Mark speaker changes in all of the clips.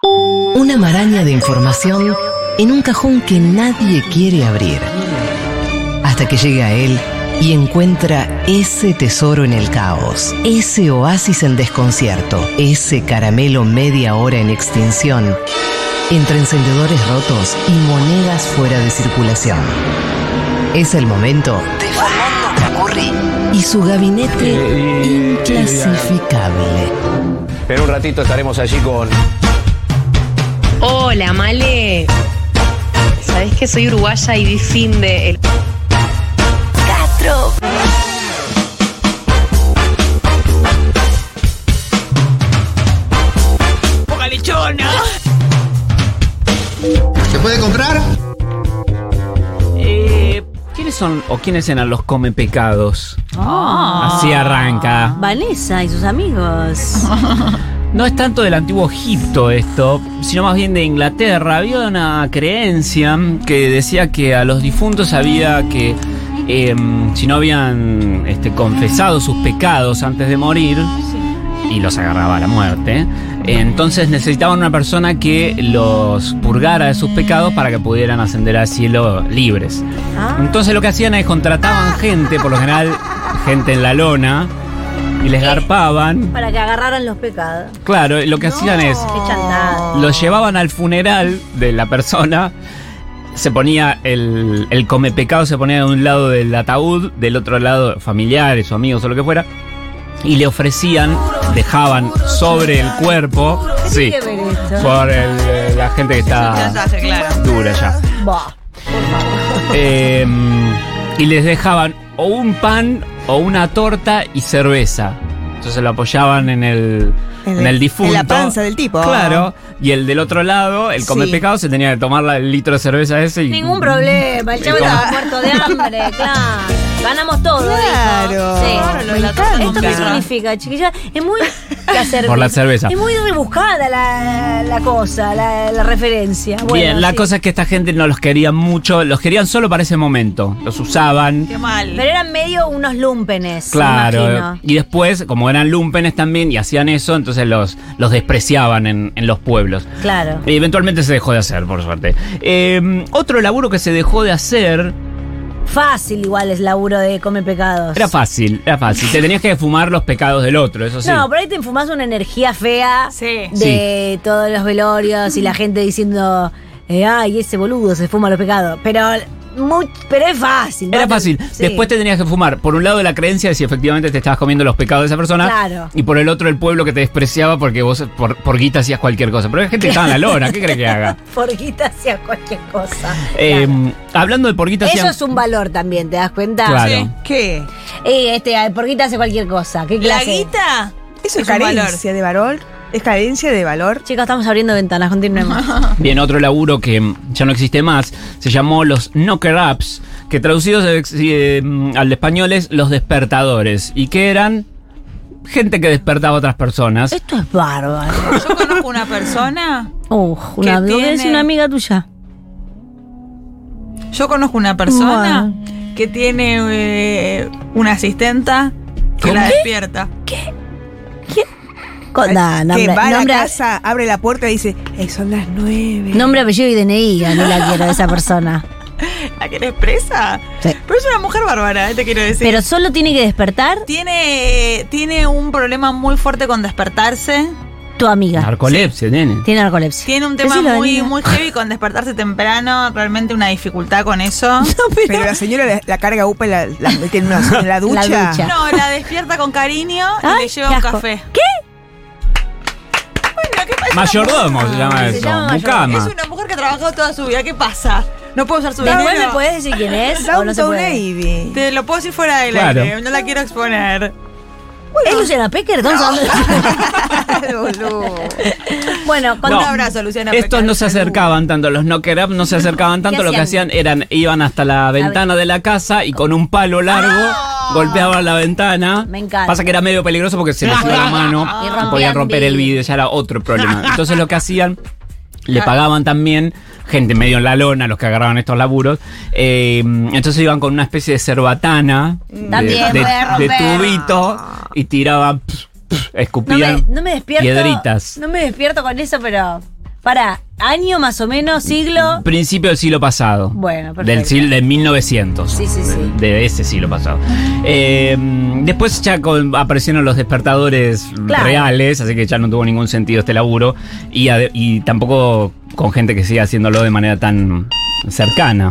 Speaker 1: Una maraña de información en un cajón que nadie quiere abrir. Hasta que llega a él y encuentra ese tesoro en el caos, ese oasis en desconcierto, ese caramelo media hora en extinción, entre encendedores rotos y monedas fuera de circulación. Es el momento de Fernando Capurri y su gabinete inclasificable.
Speaker 2: En un ratito estaremos allí con.
Speaker 3: Hola, Male. Sabés que soy uruguaya y vi fin de El Castro.
Speaker 4: ¡Poca lechona!
Speaker 5: ¿Se puede comprar?
Speaker 4: Eh, ¿Quiénes son o quiénes eran los come pecados?
Speaker 6: Ah.
Speaker 4: Así arranca.
Speaker 6: Vanessa y sus amigos.
Speaker 4: No es tanto del antiguo Egipto esto, sino más bien de Inglaterra. Había una creencia que decía que a los difuntos había que, eh, si no habían este, confesado sus pecados antes de morir, y los agarraba a la muerte, entonces necesitaban una persona que los purgara de sus pecados para que pudieran ascender al cielo libres. Entonces lo que hacían es contrataban gente, por lo general gente en la lona, y les garpaban.
Speaker 6: Para que agarraran los pecados.
Speaker 4: Claro, lo que hacían es,
Speaker 6: Qué chantada.
Speaker 4: los llevaban al funeral de la persona, se ponía el, el come pecado, se ponía de un lado del ataúd, del otro lado familiares o amigos o lo que fuera, y le ofrecían, dejaban sobre el cuerpo,
Speaker 6: tiene
Speaker 4: sí,
Speaker 6: que ver esto?
Speaker 4: por el- eh, la gente que está dura ya.
Speaker 6: Bah.
Speaker 4: Eh, y les dejaban o un pan o una torta y cerveza. Entonces lo apoyaban en el, en el difunto.
Speaker 7: en la panza del tipo.
Speaker 4: Claro. Y el del otro lado, el come
Speaker 7: Sí.
Speaker 4: pecado, se tenía que tomar la- el litro de cerveza ese y.
Speaker 6: Ningún problema, el chavo
Speaker 4: ¿Cómo?
Speaker 6: estaba muerto de hambre, claro. Ganamos todo. dijo.
Speaker 7: Claro.
Speaker 6: Sí.
Speaker 7: Claro, lo
Speaker 6: Me
Speaker 7: enlatamos,
Speaker 6: encanta. ¿Esto qué
Speaker 7: claro.
Speaker 6: significa, chiquilla? Es muy. la cerveza.
Speaker 4: Por la cerveza.
Speaker 6: Es muy rebuscada la, la cosa, la, la referencia. Bueno,
Speaker 4: Bien, la
Speaker 6: sí.
Speaker 4: cosa es que esta gente no los quería mucho, los querían solo para ese momento. Los usaban.
Speaker 6: Pero eran medio unos lumpenes.
Speaker 4: Claro.
Speaker 6: imagino.
Speaker 4: Y después, como eran lumpenes también y hacían eso, entonces los, los despreciaban en, en los pueblos.
Speaker 6: Claro.
Speaker 4: Y Eventualmente se dejó de hacer, por suerte. Eh, otro laburo que se dejó de hacer
Speaker 6: Fácil igual es laburo de come pecados.
Speaker 4: era fácil, era fácil. Te tenías que fumar los pecados del otro, eso sí.
Speaker 6: No, por ahí te enfumás una energía fea
Speaker 8: Sí.
Speaker 6: de todos los velorios y la gente diciendo, eh, ay, ese boludo se fuma los pecados. Pero, mu- pero es fácil. ¿no?
Speaker 4: Era fácil.
Speaker 6: Sí.
Speaker 4: Después te tenías que fumar, por un lado, la creencia de si efectivamente te estabas comiendo los pecados de esa persona.
Speaker 6: Claro.
Speaker 4: Y por el otro, el pueblo que te despreciaba porque vos por, por guita hacías cualquier cosa. Pero la gente que estaba en la lona, ¿qué crees que haga?
Speaker 6: Forquita hacía cualquier cosa.
Speaker 4: Eh,
Speaker 6: Claro.
Speaker 4: Hablando de por guita
Speaker 6: Eso
Speaker 4: hacían-
Speaker 6: es un valor también, ¿te das cuenta?
Speaker 4: Claro.
Speaker 8: ¿Qué?
Speaker 6: Eh, este, ay, Porquita hace cualquier cosa. ¿Qué
Speaker 8: ¿La
Speaker 6: clase?
Speaker 8: guita?
Speaker 7: Eso es
Speaker 8: un valor.
Speaker 7: carencia de valor. Es carencia de valor.
Speaker 6: Chicos, estamos abriendo ventanas, continuemos.
Speaker 4: Bien, otro laburo que mm, ya no existe más se llamó los knocker ups, que traducidos eh, mm, al español es los despertadores, y que eran gente que despertaba a otras personas.
Speaker 6: Esto es bárbaro.
Speaker 8: Yo conozco una persona.
Speaker 6: Uh, una,
Speaker 8: ¿Qué tiene?
Speaker 6: es una amiga tuya.
Speaker 8: Yo conozco una persona que tiene eh, una asistenta que la despierta.
Speaker 6: Con, da, nombre,
Speaker 7: que va a la
Speaker 6: nombre-
Speaker 7: casa, abre la puerta y dice, "Ey, son las nueve.
Speaker 6: nombre, apellido y DNI, no la quiero de esa persona.
Speaker 8: ¿La querés presa?
Speaker 6: Sí.
Speaker 8: Pero es una mujer bárbara, eh, te quiero decir.
Speaker 6: Pero solo tiene que despertar
Speaker 8: tiene, eh, tiene un problema muy fuerte con despertarse.
Speaker 6: tu amiga.
Speaker 4: Narcolepsia, nene.
Speaker 6: Tiene narcolepsia.
Speaker 8: Tiene un tema
Speaker 6: Decilo,
Speaker 8: muy,
Speaker 6: Daniela.
Speaker 8: muy heavy con despertarse temprano. Realmente una dificultad con eso.
Speaker 7: Pero la señora la, la carga upa y la, la mete en, una- en la ducha.
Speaker 6: ducha.
Speaker 8: No, la despierta con cariño y
Speaker 6: Ay,
Speaker 8: le lleva
Speaker 6: qué
Speaker 8: un
Speaker 6: asco.
Speaker 8: café. ¿Qué? Bueno, ¿qué pasa?
Speaker 4: Mayordomo se llama
Speaker 6: Ah, Se
Speaker 4: eso.
Speaker 6: llama
Speaker 8: Es
Speaker 4: Mucama.
Speaker 8: una mujer que ha trabajado toda su vida. ¿Qué pasa? No puedo usar su
Speaker 6: Después
Speaker 8: dinero.
Speaker 6: me podés decir quién es o no se
Speaker 7: Downtown
Speaker 6: puede.
Speaker 7: Navy.
Speaker 8: Te lo puedo decir fuera del
Speaker 4: Claro.
Speaker 8: aire. No la quiero exponer.
Speaker 6: ¿Es Luciana Pecker? Entonces,
Speaker 7: Boludo.
Speaker 6: bueno,
Speaker 4: No.
Speaker 6: cuando
Speaker 8: Un abrazo, Luciana.
Speaker 4: Estos no se
Speaker 8: Pecardo.
Speaker 4: acercaban tanto, los knocker up no se acercaban tanto,
Speaker 6: ¿Qué
Speaker 4: lo que
Speaker 6: hacían?
Speaker 4: hacían eran, iban hasta la ventana de la casa y con un palo largo golpeaban la ventana.
Speaker 6: ¡Ah! Me encanta. Ah.
Speaker 4: Pasa que era medio peligroso porque se les iba la mano
Speaker 6: Y
Speaker 4: y
Speaker 6: rompían
Speaker 4: podían romper
Speaker 6: vidrio.
Speaker 4: el
Speaker 6: Ah.
Speaker 4: vidrio, ya era otro problema. Entonces lo que hacían, le pagaban también gente medio en la lona, los que agarraban estos laburos. eh, entonces iban con una especie de cerbatana de-
Speaker 6: Mm. También
Speaker 4: de,
Speaker 6: puede romper.
Speaker 4: de tubito y tiraban, pf, pf,
Speaker 6: no, me,
Speaker 4: escupían
Speaker 6: no me despierto.
Speaker 4: piedritas.
Speaker 6: No me despierto con eso, pero. Para, año más o menos, siglo.
Speaker 4: Principio del siglo pasado.
Speaker 6: Bueno, perfecto.
Speaker 4: Del siglo de 1900.
Speaker 6: Sí, sí, sí.
Speaker 4: De, de ese siglo pasado. Eh, después ya con- aparecieron los despertadores
Speaker 6: Claro.
Speaker 4: reales, así que ya no tuvo ningún sentido este laburo. Y, ade- y tampoco con gente que siga haciéndolo de manera tan cercana.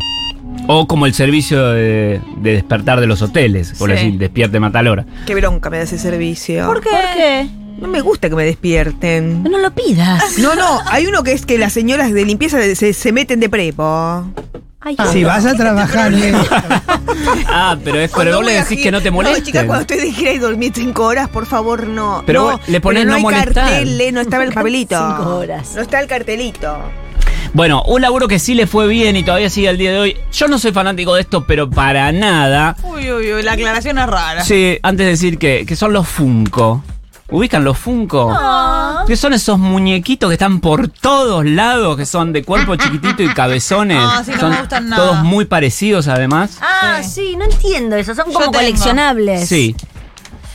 Speaker 4: O como el servicio de, de despertar de los hoteles, por
Speaker 8: Sí.
Speaker 4: decir, despiérteme a tal hora.
Speaker 7: Qué bronca me da ese servicio.
Speaker 6: ¿Por qué? ¿Por qué?
Speaker 7: No me gusta que me despierten.
Speaker 6: No lo pidas.
Speaker 7: No, no, hay uno que es que las señoras de limpieza se, se meten de prepo.
Speaker 6: Ay,
Speaker 8: Ah.
Speaker 5: Si vas a trabajar, Diego.
Speaker 4: Ah, pero es pero
Speaker 7: Cuando
Speaker 4: vos le
Speaker 7: voy a
Speaker 4: decís
Speaker 7: gi-
Speaker 4: que no te moleste.
Speaker 7: No, chicas, cuando estoy de gira y dormí cinco horas, por favor, no.
Speaker 4: Pero
Speaker 7: no,
Speaker 4: vos le ponés
Speaker 7: pero
Speaker 4: no
Speaker 7: hay
Speaker 4: molestar.
Speaker 7: cartel, eh, no estaba el papelito.
Speaker 6: Cinco horas.
Speaker 7: No está el cartelito.
Speaker 4: Bueno, un laburo que sí le fue bien y todavía sigue al día de hoy. Yo no soy fanático de esto, pero para nada.
Speaker 8: Uy, uy, uy, la aclaración es rara.
Speaker 4: Sí, antes de decir que, que son los Funko. ¿Ubican los Funko? Que son esos muñequitos que están por todos lados, que son de cuerpo chiquitito y cabezones.
Speaker 8: No, Ah, sí, no
Speaker 4: son
Speaker 8: me gustan nada.
Speaker 4: todos muy parecidos además.
Speaker 6: Ah, sí, no entiendo eso. Son como
Speaker 8: tengo.
Speaker 6: coleccionables.
Speaker 4: Sí.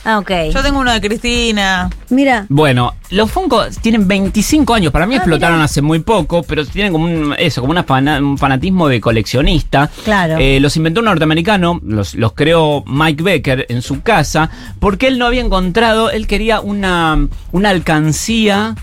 Speaker 6: Ah, ok.
Speaker 8: Yo tengo uno de Cristina.
Speaker 6: Mira.
Speaker 4: Bueno, los Funko tienen 25 años. Para mí
Speaker 6: Ah,
Speaker 4: explotaron
Speaker 6: mirá.
Speaker 4: hace muy poco, pero tienen como un, eso, como una fana- un fanatismo de coleccionista.
Speaker 6: Claro.
Speaker 4: Eh, los inventó un norteamericano, los, los creó Mike Becker en su casa, porque él no había encontrado, él quería una, una alcancía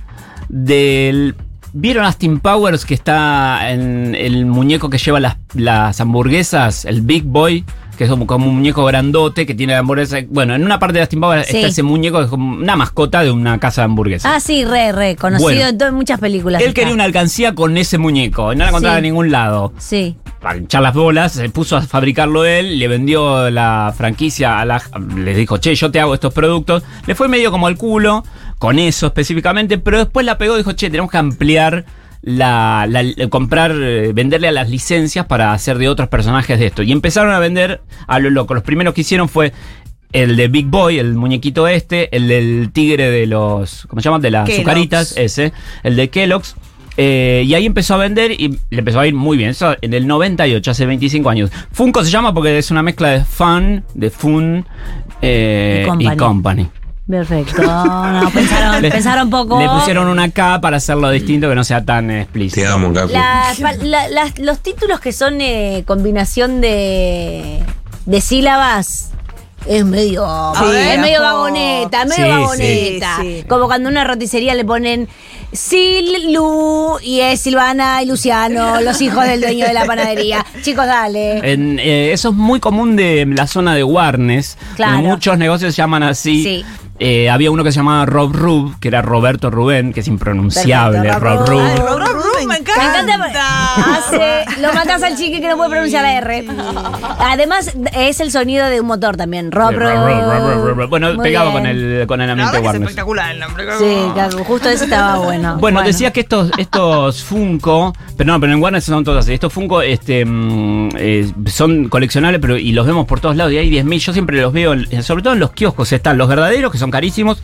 Speaker 4: del... ¿Vieron Austin Powers que está en el muñeco que lleva las, las hamburguesas? El Big Boy, que es como, como un muñeco grandote que tiene la hamburguesa. Bueno, en una parte de Austin Powers
Speaker 6: Sí.
Speaker 4: está ese muñeco que es como una mascota de una casa de hamburguesas.
Speaker 6: Ah, sí, re, re. Conocido
Speaker 4: Bueno.
Speaker 6: en to- en muchas películas.
Speaker 4: Él
Speaker 6: está.
Speaker 4: quería una alcancía con ese muñeco, y no la encontraba
Speaker 6: Sí.
Speaker 4: en ningún lado
Speaker 6: Sí.
Speaker 4: para hinchar las bolas, se puso a fabricarlo él, le vendió la franquicia a la. Les dijo, che, yo te hago estos productos. Le fue medio como el culo, con eso específicamente, pero después la pegó y dijo, che, tenemos que ampliar. La, la- eh, comprar, eh, venderle a las licencias para hacer de otros personajes de esto. Y empezaron a vender a lo loco. Los primeros que hicieron fue el de Big Boy, el muñequito este, el del tigre de los. ¿Cómo se llama? De las
Speaker 7: Kellogg's.
Speaker 4: azucaritas, ese, el de Kellogg's. Eh, y ahí empezó a vender y le empezó a ir muy bien. Eso en el 98, hace 25 años. Funko se llama porque es una mezcla de fan, de fun eh,
Speaker 6: Y company.
Speaker 4: y company.
Speaker 6: Perfecto. No, pensaron,
Speaker 4: Le-
Speaker 6: pensaron poco.
Speaker 4: Le pusieron una K para hacerlo distinto que no sea tan explícito.
Speaker 9: Te amo, Gaku.
Speaker 6: Las pa- la- las- los títulos que son eh, combinación de, de sílabas es medio,
Speaker 8: Sí,
Speaker 6: es
Speaker 8: ajo.
Speaker 6: medio vagoneta, medio
Speaker 4: Sí,
Speaker 6: vagoneta.
Speaker 7: sí. Sí, sí.
Speaker 6: Como cuando a una roticería le ponen Silu y es Silvana y Luciano, los hijos del dueño de la panadería. Chicos, dale.
Speaker 4: En, eh, eso es muy común de la zona de Warnes.
Speaker 6: Claro.
Speaker 4: Muchos negocios se llaman así.
Speaker 6: Sí.
Speaker 4: Eh, había uno que se llamaba Rob Rub, que era Roberto Rubén, que es impronunciable.
Speaker 6: Perfecto,
Speaker 4: Rob
Speaker 6: Rob
Speaker 4: Rub.
Speaker 6: Rub.
Speaker 7: Ay,
Speaker 8: Rob Room, me
Speaker 6: Me
Speaker 8: encanta.
Speaker 6: encanta porque hace, lo matas al chique que no puede pronunciar la R. Además, es el sonido de un motor también. Rob,
Speaker 4: Sí, Rob Rub, Rob Rub, Rob Rub. Bueno,
Speaker 6: Muy
Speaker 4: pegaba
Speaker 6: bien.
Speaker 4: con el, con el
Speaker 8: La
Speaker 4: ambiente
Speaker 8: verdad que es
Speaker 4: Warnes.
Speaker 8: espectacular el nombre.
Speaker 6: Sí, claro, justo eso estaba bueno.
Speaker 4: Bueno, decía que estos, estos Funko, pero no, pero en Warner son todos así. Estos Funko este, mm, eh, son coleccionables pero, y los vemos por todos lados y hay 10.000. Yo siempre los veo, en- sobre todo en los kioscos, están los verdaderos que son carísimos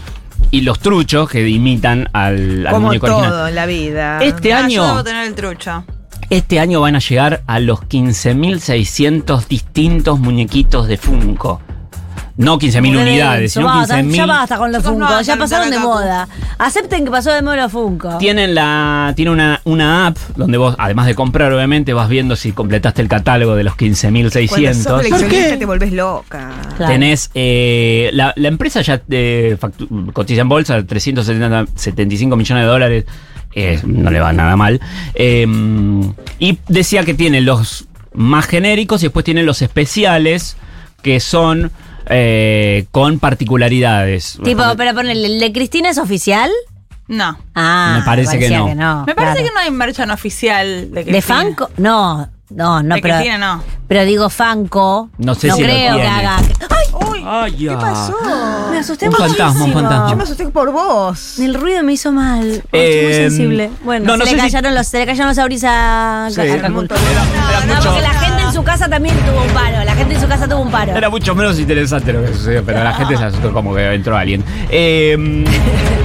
Speaker 4: y los truchos que imitan al, al
Speaker 7: Como
Speaker 4: muñeco
Speaker 7: todo
Speaker 4: original.
Speaker 7: en la vida.
Speaker 4: Este
Speaker 8: Ah, Yo
Speaker 4: año,
Speaker 8: debo tener el trucho.
Speaker 4: este año van a llegar a los 15.600 distintos muñequitos de Funco. No 15.000 unidades,
Speaker 6: Denso,
Speaker 4: sino
Speaker 6: basta, Ya
Speaker 4: 15.000.
Speaker 6: basta con los
Speaker 8: Chicos, no
Speaker 6: Funko, ya
Speaker 8: hagan
Speaker 6: pasaron de
Speaker 8: tanta cacu.
Speaker 6: moda. Acepten que pasó de moda los Funko.
Speaker 4: Tienen la, tiene una, una app donde vos, además de comprar, obviamente, vas viendo si completaste el catálogo de los
Speaker 7: Cuando sos
Speaker 4: 15.600.
Speaker 7: coleccionista te volvés loca.
Speaker 6: Claro.
Speaker 4: Tenés, eh, la, la empresa ya eh, factu- cotiza en bolsa 375 millones de dólares, eh, no le va nada mal. Eh, y decía que tiene los más genéricos y después tiene los especiales que son eh, con particularidades.
Speaker 6: Tipo,
Speaker 4: Como-
Speaker 6: pero ponele, ¿el de Cristina es oficial?
Speaker 8: No.
Speaker 6: Ah,
Speaker 4: Me parece que
Speaker 6: parecía
Speaker 4: no.
Speaker 8: Me parece
Speaker 6: claro.
Speaker 8: que no hay merchan oficial de Cristina.
Speaker 6: ¿De Funko? No, no, no,
Speaker 8: de
Speaker 6: pero.
Speaker 8: Cristina no.
Speaker 6: Pero digo Funko.
Speaker 4: No sé si lo
Speaker 6: creo que
Speaker 4: tiene.
Speaker 6: haga.
Speaker 7: Uy,
Speaker 4: Ay, ya.
Speaker 7: ¿qué pasó?
Speaker 6: Me asusté
Speaker 4: Un fantasma, un
Speaker 6: muchísimo.
Speaker 7: Yo
Speaker 4: fantasma.
Speaker 7: me asusté por vos.
Speaker 6: El ruido me hizo mal. Ay, estoy muy
Speaker 4: Eh,
Speaker 6: sensible. Bueno,
Speaker 4: no, no
Speaker 6: se, le
Speaker 4: sé si-
Speaker 6: callaron los, se le callaron los auris a, a Cancún.
Speaker 4: Era
Speaker 6: No,
Speaker 4: mucho-
Speaker 6: porque la gente en su casa también tuvo un paro. La gente en su casa tuvo un paro.
Speaker 4: Era mucho menos interesante lo que sucedió, pero la gente se asustó como que entró alguien. Eh,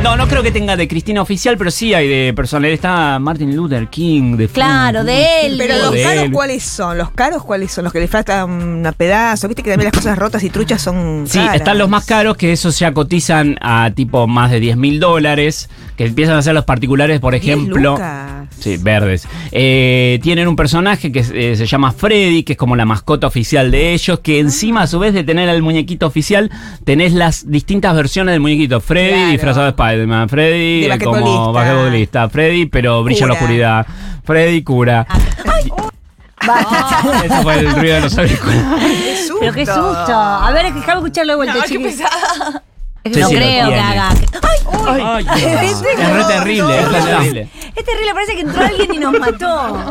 Speaker 4: no, no creo que tenga de Cristina oficial, pero sí hay de personal. Está Martin Luther King, de
Speaker 6: Claro,
Speaker 4: Fun-
Speaker 6: de él.
Speaker 7: Pero
Speaker 4: Lo
Speaker 7: los
Speaker 4: de
Speaker 7: caros,
Speaker 4: él.
Speaker 7: ¿cuáles son? ¿Los caros cuáles son? Los que le faltan a pedazos. Viste que también las cosas rotas y truchas son.
Speaker 4: Sí,
Speaker 7: caras.
Speaker 4: están los más caros, que esos ya cotizan a tipo más de 10 mil dólares, que empiezan a ser los particulares, por
Speaker 7: Diez
Speaker 4: ejemplo.
Speaker 7: lucas.
Speaker 4: Sí, verdes. Eh, tienen un personaje que eh, se llama Freddy, que es como la mascota oficial de ellos, que encima a su vez de tener al muñequito oficial, tenés las distintas versiones del muñequito. Freddy
Speaker 7: Claro.
Speaker 4: disfrazado de Spider-Man, Freddy
Speaker 7: De
Speaker 4: eh, como
Speaker 7: basquetbolista.
Speaker 4: basquetbolista, Freddy pero brilla en la
Speaker 7: Cura. Ah.
Speaker 4: oscuridad, Freddy cura.
Speaker 6: Basta.
Speaker 4: Eso fue el ruido de los auriculares.
Speaker 7: ¡Qué susto!
Speaker 6: Pero qué susto. A ver, déjame escucharlo de vuelta,
Speaker 8: qué
Speaker 6: chiquis.
Speaker 8: pesada.
Speaker 6: Es
Speaker 4: Sí,
Speaker 6: que no
Speaker 4: sí, lo
Speaker 6: creo que
Speaker 4: tiene.
Speaker 6: haga.
Speaker 4: Ay, Dios. es re terrible, es re terrible.
Speaker 6: Es terrible, parece que entró alguien y nos mató.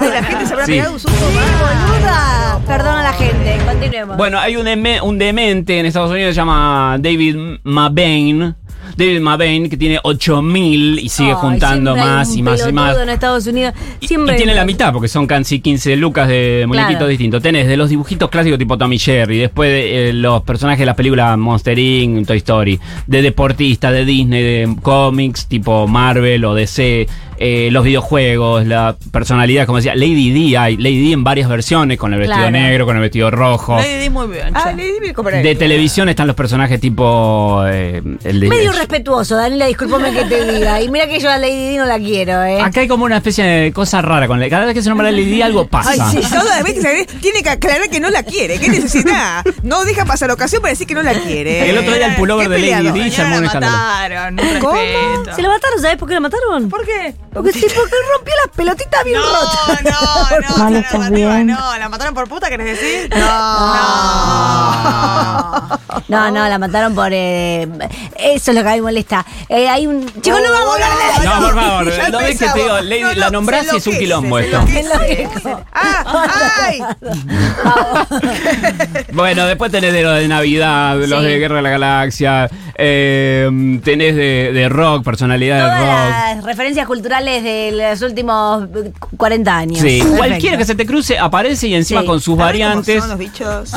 Speaker 7: Ay, la gente se habrá
Speaker 4: Sí.
Speaker 7: pegado un susto más.
Speaker 6: Boluda. Perdón a la gente, continuemos.
Speaker 4: Bueno, hay un, deme- un demente en Estados Unidos que se llama David Mabain. David Mabain, que tiene 8000 y sigue
Speaker 6: Ay,
Speaker 4: juntando
Speaker 6: siempre hay
Speaker 4: más
Speaker 6: un
Speaker 4: y más y
Speaker 6: pelotudo
Speaker 4: más.
Speaker 6: en Estados Unidos.
Speaker 4: Y, y
Speaker 6: Siempre
Speaker 4: tiene la mitad, porque son casi 15 lucas de muñequitos
Speaker 6: Claro.
Speaker 4: distintos. Tenés de los dibujitos clásicos tipo Tommy Jerry, después de, eh, los personajes de las películas Monster Inc., Toy Story, de deportistas, de Disney, de cómics tipo Marvel o DC, eh, los videojuegos, la personalidad, como decía, Lady D. Hay Lady D en varias versiones, con el vestido
Speaker 6: Claro.
Speaker 4: negro, con el vestido rojo.
Speaker 8: Lady Di muy bien.
Speaker 7: Ah, le dime como para-
Speaker 4: De televisión están los personajes tipo. eh, el de-
Speaker 6: Medio respetuoso, Daniela, discúlpame que te diga. Y mira que yo a Lady Di no la quiero, ¿eh?
Speaker 4: Acá hay como una especie de cosa rara con la- Cada vez que se nombra Lady Di algo pasa.
Speaker 7: Ay, sí, cada vez que se agrega, tiene que aclarar que no la quiere. ¿Qué necesidad? No deja pasar la ocasión para decir que no la quiere.
Speaker 4: El otro día el pullover
Speaker 7: Qué
Speaker 4: de Lady
Speaker 7: peleador.
Speaker 4: Di se
Speaker 8: Señora,
Speaker 4: armó un
Speaker 8: la
Speaker 4: escándalo.
Speaker 8: mataron. un
Speaker 7: ¿Cómo?
Speaker 8: respeto.
Speaker 6: ¿Se la mataron? ¿Sabes por qué la mataron?
Speaker 7: ¿Por qué?
Speaker 6: Porque sí, porque rompió las pelotitas bien
Speaker 8: No,
Speaker 6: rotas.
Speaker 8: no, no,
Speaker 5: Vale,
Speaker 8: se la
Speaker 5: estás
Speaker 8: mataron,
Speaker 5: bien.
Speaker 8: no, la mataron por puta, ¿querés decir? No, no.
Speaker 6: No, no, la mataron por. eh, eso es lo que a mí me molesta. Eh, hay un. Chicos, no vamos a hablar de
Speaker 4: No, por favor,
Speaker 7: Ya
Speaker 4: no ves que
Speaker 7: empezamos.
Speaker 4: te digo, Lady,
Speaker 7: No, no,
Speaker 4: la nombrás y es un
Speaker 7: se enloquece,
Speaker 4: quilombo
Speaker 7: se
Speaker 4: esto.
Speaker 7: enloquece.
Speaker 6: Es lógico.
Speaker 7: ¡Ah! ¡Ay!
Speaker 4: Bueno, después tenés de los de Navidad, de los
Speaker 6: Sí.
Speaker 4: de Guerra de la Galaxia, eh, tenés de, de rock, personalidad
Speaker 6: Todas
Speaker 4: de rock.
Speaker 6: las referencias culturales de los últimos eh, 40 años.
Speaker 4: Sí,
Speaker 6: Perfecto.
Speaker 4: cualquiera que se te cruce aparece y encima
Speaker 6: Sí.
Speaker 4: con sus
Speaker 7: ¿Sabés cómo
Speaker 4: variantes.
Speaker 7: Son los bichos.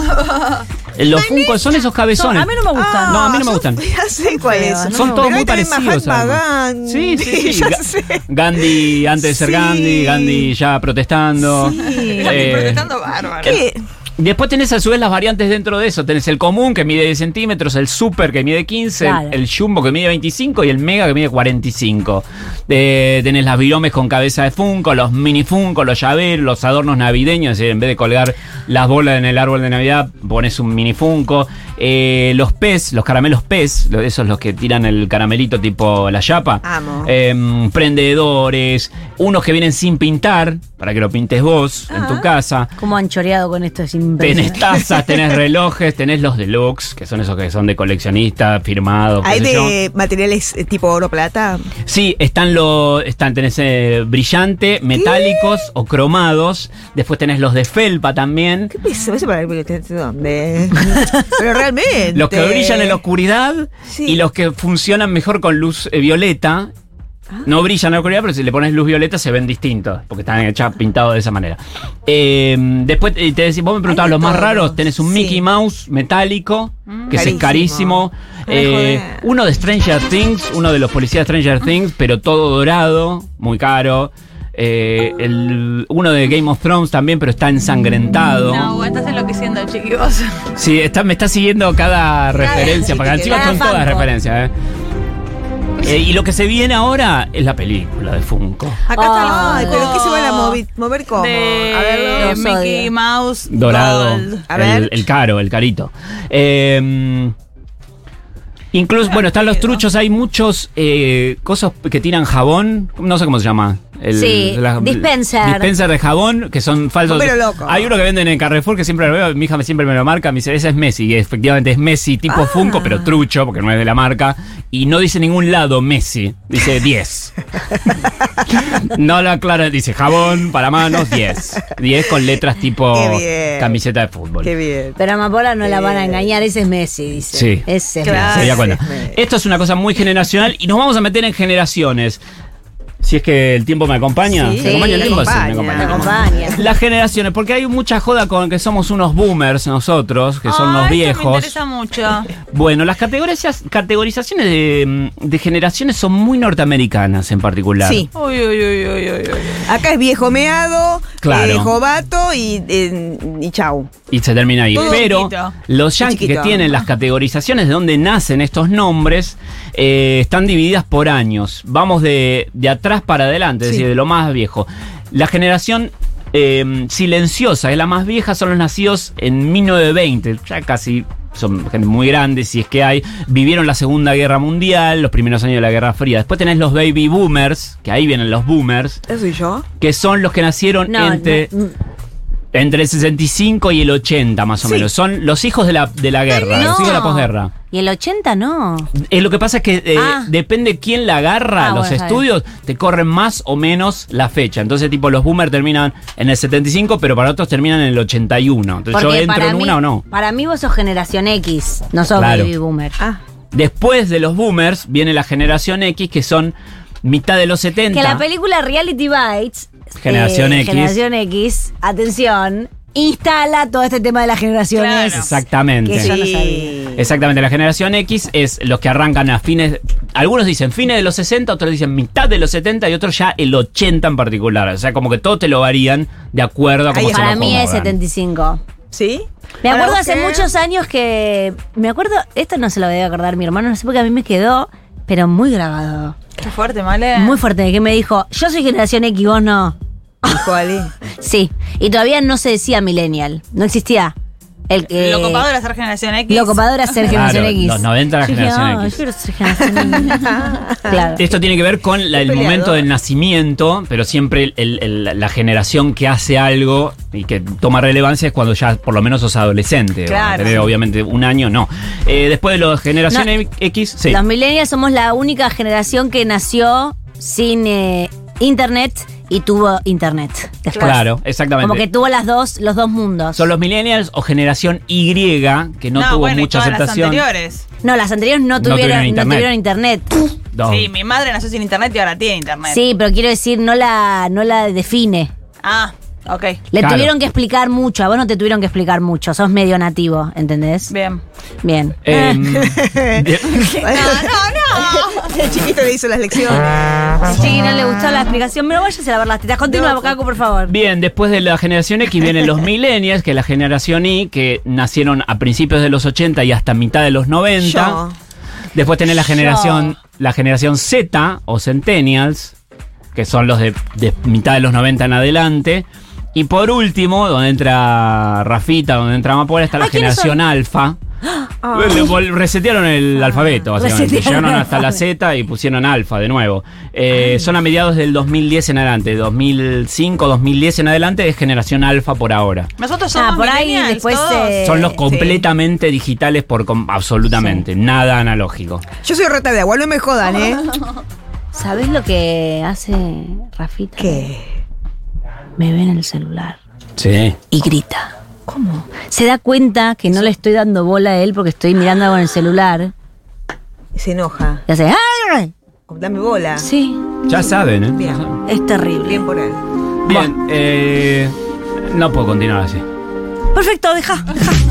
Speaker 4: Los funcos son esos
Speaker 6: Son-
Speaker 4: cabezones.
Speaker 6: a mí no me gustan.
Speaker 4: No, a mí no me
Speaker 7: Ah,
Speaker 4: gustan.
Speaker 7: son- Ya sé cuáles son.
Speaker 4: Son todos
Speaker 7: Pero este
Speaker 4: muy
Speaker 7: ahí tenés
Speaker 4: parecidos.
Speaker 7: Mahatma
Speaker 4: además. Sí,
Speaker 7: Gandhi,
Speaker 4: sí, sí.
Speaker 7: ya
Speaker 4: Ga-
Speaker 7: sé.
Speaker 4: Gandhi antes de ser
Speaker 7: Sí.
Speaker 4: Gandhi, Gandhi ya protestando. Eh,
Speaker 8: Estoy protestando bárbaro.
Speaker 7: ¿Qué?
Speaker 4: Después tenés a su vez las variantes dentro de eso. Tenés el común que mide 10 centímetros, el super que mide 15, el-
Speaker 6: Claro.
Speaker 4: el, jumbo que mide 25 y el mega que mide 45. Eh, tenés las viromes con cabeza de funko, los mini funko, los llaveros, los adornos navideños. Es decir, en vez de colgar las bolas en el árbol de Navidad, pones un mini funko. Eh, los pez, los caramelos pez, lo- esos los que tiran el caramelito tipo la chapa.
Speaker 7: Amo.
Speaker 4: Em, prendedores, unos que vienen sin pintar, para que lo pintes vos en tu casa.
Speaker 6: ¿Cómo han choreado con esto? Es
Speaker 4: Tenés
Speaker 6: impresionante.
Speaker 4: tazas, tenés relojes, tenés los deluxe, que son esos que son de coleccionista, firmados. qué
Speaker 7: Hay
Speaker 4: sé yo.
Speaker 7: de materiales eh, tipo oro plata.
Speaker 4: Sí, están los. Están, tenés eh, brillante, metálicos o cromados. Después tenés los de felpa también.
Speaker 7: ¿Qué piensa? Eso para el dónde. Pero realmente.
Speaker 4: Los que brillan en la oscuridad
Speaker 7: Sí.
Speaker 4: y los que funcionan mejor con luz eh, violeta.
Speaker 7: Ah.
Speaker 4: No brillan en la oscuridad, pero si le pones luz violeta se ven distintos, porque están hechas pintados de esa manera. Eh, después eh, te decís, vos me preguntabas
Speaker 7: Hay de
Speaker 4: los más
Speaker 7: todos,
Speaker 4: raros, tenés un
Speaker 7: sí. Mm,
Speaker 4: Mickey Mouse metálico, que ese es
Speaker 7: Carísimo.
Speaker 4: carísimo. Eh,
Speaker 7: joder.
Speaker 4: uno de Stranger Things, uno de los policías de
Speaker 7: Ah.
Speaker 4: Stranger Things, pero todo dorado, muy caro. Eh, el- uno de Game of Thrones también, pero está ensangrentado.
Speaker 8: No, vos estás enloqueciendo, chiquillos.
Speaker 4: Sí, está, me está siguiendo cada referencia, porque
Speaker 7: chiste,
Speaker 4: encima
Speaker 6: cada
Speaker 4: son todas
Speaker 6: Funko.
Speaker 4: referencias. ¿eh? Eh, y lo que se viene ahora es la película de Funko.
Speaker 7: Acá está.
Speaker 6: Ay,
Speaker 7: Ay, pero ¿qué se van a movi- mover cómo?
Speaker 8: De
Speaker 7: A verlo.
Speaker 6: los
Speaker 8: Mickey
Speaker 6: odio.
Speaker 8: Mouse.
Speaker 4: Dorado,
Speaker 8: Gold.
Speaker 7: A
Speaker 4: el,
Speaker 7: ver.
Speaker 4: el caro, el carito. Eh, incluso, bueno, están los truchos, hay muchos eh, cosas que tiran jabón, no sé cómo se llama. El,
Speaker 6: Sí, dispenser.
Speaker 4: Dispenser de jabón, que son falsos.
Speaker 7: Pero loco.
Speaker 4: Hay uno que venden en Carrefour que siempre lo veo, mi hija me- siempre me lo marca, me dice, ese es Messi, y efectivamente es Messi tipo Funko, pero trucho, porque no es de la marca, y no dice en ningún lado Messi, dice 10. No la aclara, dice jabón para manos 10. 10 con letras tipo
Speaker 7: Qué bien.
Speaker 4: camiseta de fútbol.
Speaker 7: Qué bien.
Speaker 6: Pero a Amapola no la van a engañar, ese es Messi, dice.
Speaker 4: Sí.
Speaker 6: Ese es
Speaker 7: Claro.
Speaker 4: Se
Speaker 6: Messi.
Speaker 4: da cuenta.
Speaker 7: Sí, me-
Speaker 4: Esto es una cosa muy generacional y nos vamos a meter en generaciones. Si es que el tiempo me acompaña.
Speaker 7: Sí,
Speaker 4: ¿Me acompaña el
Speaker 7: me
Speaker 4: tiempo? Sí, me
Speaker 7: acompaña.
Speaker 6: Me
Speaker 4: acompaña.
Speaker 6: acompaña.
Speaker 4: Las generaciones, porque hay mucha joda con que somos unos boomers nosotros, que son
Speaker 8: Ay,
Speaker 4: los
Speaker 8: esto Me
Speaker 4: viejos.
Speaker 8: interesa mucho.
Speaker 4: Bueno, las categorias- categorizaciones de, de generaciones son muy norteamericanas en particular.
Speaker 7: Sí.
Speaker 8: Uy, uy, uy, uy, uy, uy.
Speaker 7: Acá es viejo meado,
Speaker 4: Claro.
Speaker 7: eh, jovato y, eh, y chau.
Speaker 4: Y se termina ahí.
Speaker 8: Todo
Speaker 4: Pero
Speaker 8: chiquito.
Speaker 4: los
Speaker 7: Todo
Speaker 4: yankees que
Speaker 7: chiquito.
Speaker 4: tienen las categorizaciones de dónde nacen estos nombres eh, están divididas por años. Vamos de, de atrás atrás para adelante, es
Speaker 7: Sí.
Speaker 4: decir, de lo más viejo. La generación eh, silenciosa, es la más vieja, son los nacidos en 1920, ya casi son gente muy grande, si es que hay, vivieron la Segunda Guerra Mundial, los primeros años de la Guerra Fría. Después tenés los baby boomers, que ahí vienen los boomers,
Speaker 7: ¿Eso soy yo?
Speaker 4: que son los que nacieron
Speaker 6: No,
Speaker 4: entre...
Speaker 6: no, mm.
Speaker 4: Entre el 65 y el 80, más o
Speaker 7: Sí.
Speaker 4: menos. Son los hijos de la, de la guerra,
Speaker 6: no.
Speaker 4: los hijos de la posguerra.
Speaker 6: Y el 80 no.
Speaker 4: Eh, lo que pasa es que eh,
Speaker 6: Ah.
Speaker 4: depende quién la agarra,
Speaker 6: Ah,
Speaker 4: los
Speaker 6: bueno, está
Speaker 4: estudios te corren más o menos la fecha. Entonces, tipo, los boomers terminan en el 75, pero para otros terminan en el 81. Entonces, yo entro en
Speaker 6: mí,
Speaker 4: una o no.
Speaker 6: Para mí vos sos generación X, no sos
Speaker 4: Claro.
Speaker 6: baby boomer.
Speaker 7: Ah,
Speaker 4: Después de los boomers viene la generación X, que son mitad de los 70.
Speaker 6: Que la película Reality Bites. eh,
Speaker 4: Generación X.
Speaker 6: Generación X, atención, instala todo este tema de las generaciones.
Speaker 8: Claro.
Speaker 4: Exactamente.
Speaker 6: Que yo no
Speaker 7: Sí.
Speaker 6: sabía.
Speaker 4: Exactamente, la generación X es los que arrancan a fines, algunos dicen fines de los 60, otros dicen mitad de los 70 y otros ya el 80 en particular. O sea, como que todo te lo varían de acuerdo a cómo
Speaker 7: Ahí
Speaker 4: se
Speaker 6: Para
Speaker 4: lo
Speaker 6: mí es
Speaker 4: acomodan.
Speaker 6: 75.
Speaker 7: ¿sí?
Speaker 6: Me
Speaker 7: Ahora
Speaker 6: acuerdo hace
Speaker 7: busqué.
Speaker 6: muchos años que. Me acuerdo. Esto no se lo debe acordar mi hermano, no sé por qué a mí me quedó, pero muy grabado.
Speaker 8: Qué fuerte, Male.
Speaker 6: Muy fuerte, que me dijo: Yo soy generación X, vos no.
Speaker 7: Dijo Ali.
Speaker 6: Sí. Y todavía no se decía millennial. No existía. El que.
Speaker 8: Lo copado era ser generación X.
Speaker 6: Eh, Lo copado era ser
Speaker 4: Claro,
Speaker 6: generación X.
Speaker 4: los 90 era
Speaker 6: Yo dije,
Speaker 4: generación
Speaker 6: "Ah,
Speaker 4: X".
Speaker 6: yo quiero ser generación X. claro.
Speaker 4: Esto tiene que ver con la- el
Speaker 7: Qué peleador.
Speaker 4: momento del nacimiento, pero siempre el- el- el- la generación que hace algo y que toma relevancia es cuando ya por lo menos sos adolescente.
Speaker 7: Claro.
Speaker 4: Bueno, tenés, obviamente un año, no. Eh, después de los generaciones X, sí.
Speaker 6: Los millennials somos la única generación que nació sin eh, internet y tuvo internet. Después.
Speaker 4: Claro, exactamente.
Speaker 6: Como que tuvo las dos, los dos mundos.
Speaker 4: Son los millennials o generación Y, que no, tuvo
Speaker 8: bueno, y
Speaker 4: mucha
Speaker 8: todas
Speaker 4: aceptación.
Speaker 8: Las anteriores.
Speaker 6: No, las anteriores no
Speaker 4: No
Speaker 6: tuvieron,
Speaker 4: tuvieron
Speaker 6: no tuvieron internet.
Speaker 4: No.
Speaker 8: Sí, mi madre nació sin internet y ahora tiene internet.
Speaker 6: Sí, pero quiero decir, no la, no la define.
Speaker 8: Ah, ok.
Speaker 6: Le
Speaker 4: Claro.
Speaker 6: tuvieron que explicar mucho, a vos no te tuvieron que explicar mucho, sos medio nativo, ¿entendés?
Speaker 8: Bien.
Speaker 6: Bien.
Speaker 4: Eh, de-
Speaker 8: Ah,
Speaker 7: El chiquito le hizo las lecciones.
Speaker 6: Ah, Sí, no le gustó la explicación, pero váyase a lavar las tetas. Continúa, Caco, por favor.
Speaker 4: bien, después de la generación X vienen los millennials, que es la generación Y, que nacieron a principios de los 80 y hasta mitad de los 90.
Speaker 7: Yo.
Speaker 4: Después tenés la generación, la generación Z o Centennials, que son los de, de mitad de los 90 en adelante. Y por último, donde entra Rafita, donde entra Amapola, está la
Speaker 6: Ay, ¿quiénes Ah.
Speaker 4: generación alfa. Pues, Le vol- resetearon el alfabeto, básicamente.
Speaker 6: Resetearon
Speaker 4: Llegaron
Speaker 6: el
Speaker 4: hasta la Z y pusieron alfa de nuevo. Eh, son a mediados del 2010 en adelante. 2005, 2010 en adelante es generación alfa por ahora.
Speaker 8: Nosotros somos
Speaker 6: Ah, por ahí
Speaker 8: millennials,
Speaker 6: después
Speaker 8: todos.
Speaker 6: eh,
Speaker 4: Son los completamente digitales por com- absolutamente, nada analógico.
Speaker 7: Yo soy rota de agua, no me jodan, ¿eh?
Speaker 6: ¿Sabés lo que hace Rafita?
Speaker 7: ¿Qué?
Speaker 6: Me ve en el celular
Speaker 4: Sí.
Speaker 6: y grita. ¿Cómo? Se da cuenta que no le estoy dando bola a él porque estoy mirando algo en el celular.
Speaker 7: Se enoja.
Speaker 6: Y hace. "Ay".
Speaker 7: Dame bola.
Speaker 6: Sí,
Speaker 4: Ya saben, ¿eh?
Speaker 7: Bien.
Speaker 6: es terrible.
Speaker 7: Bien por él.
Speaker 4: Bien, eh, no puedo continuar así.
Speaker 6: Perfecto, deja. deja.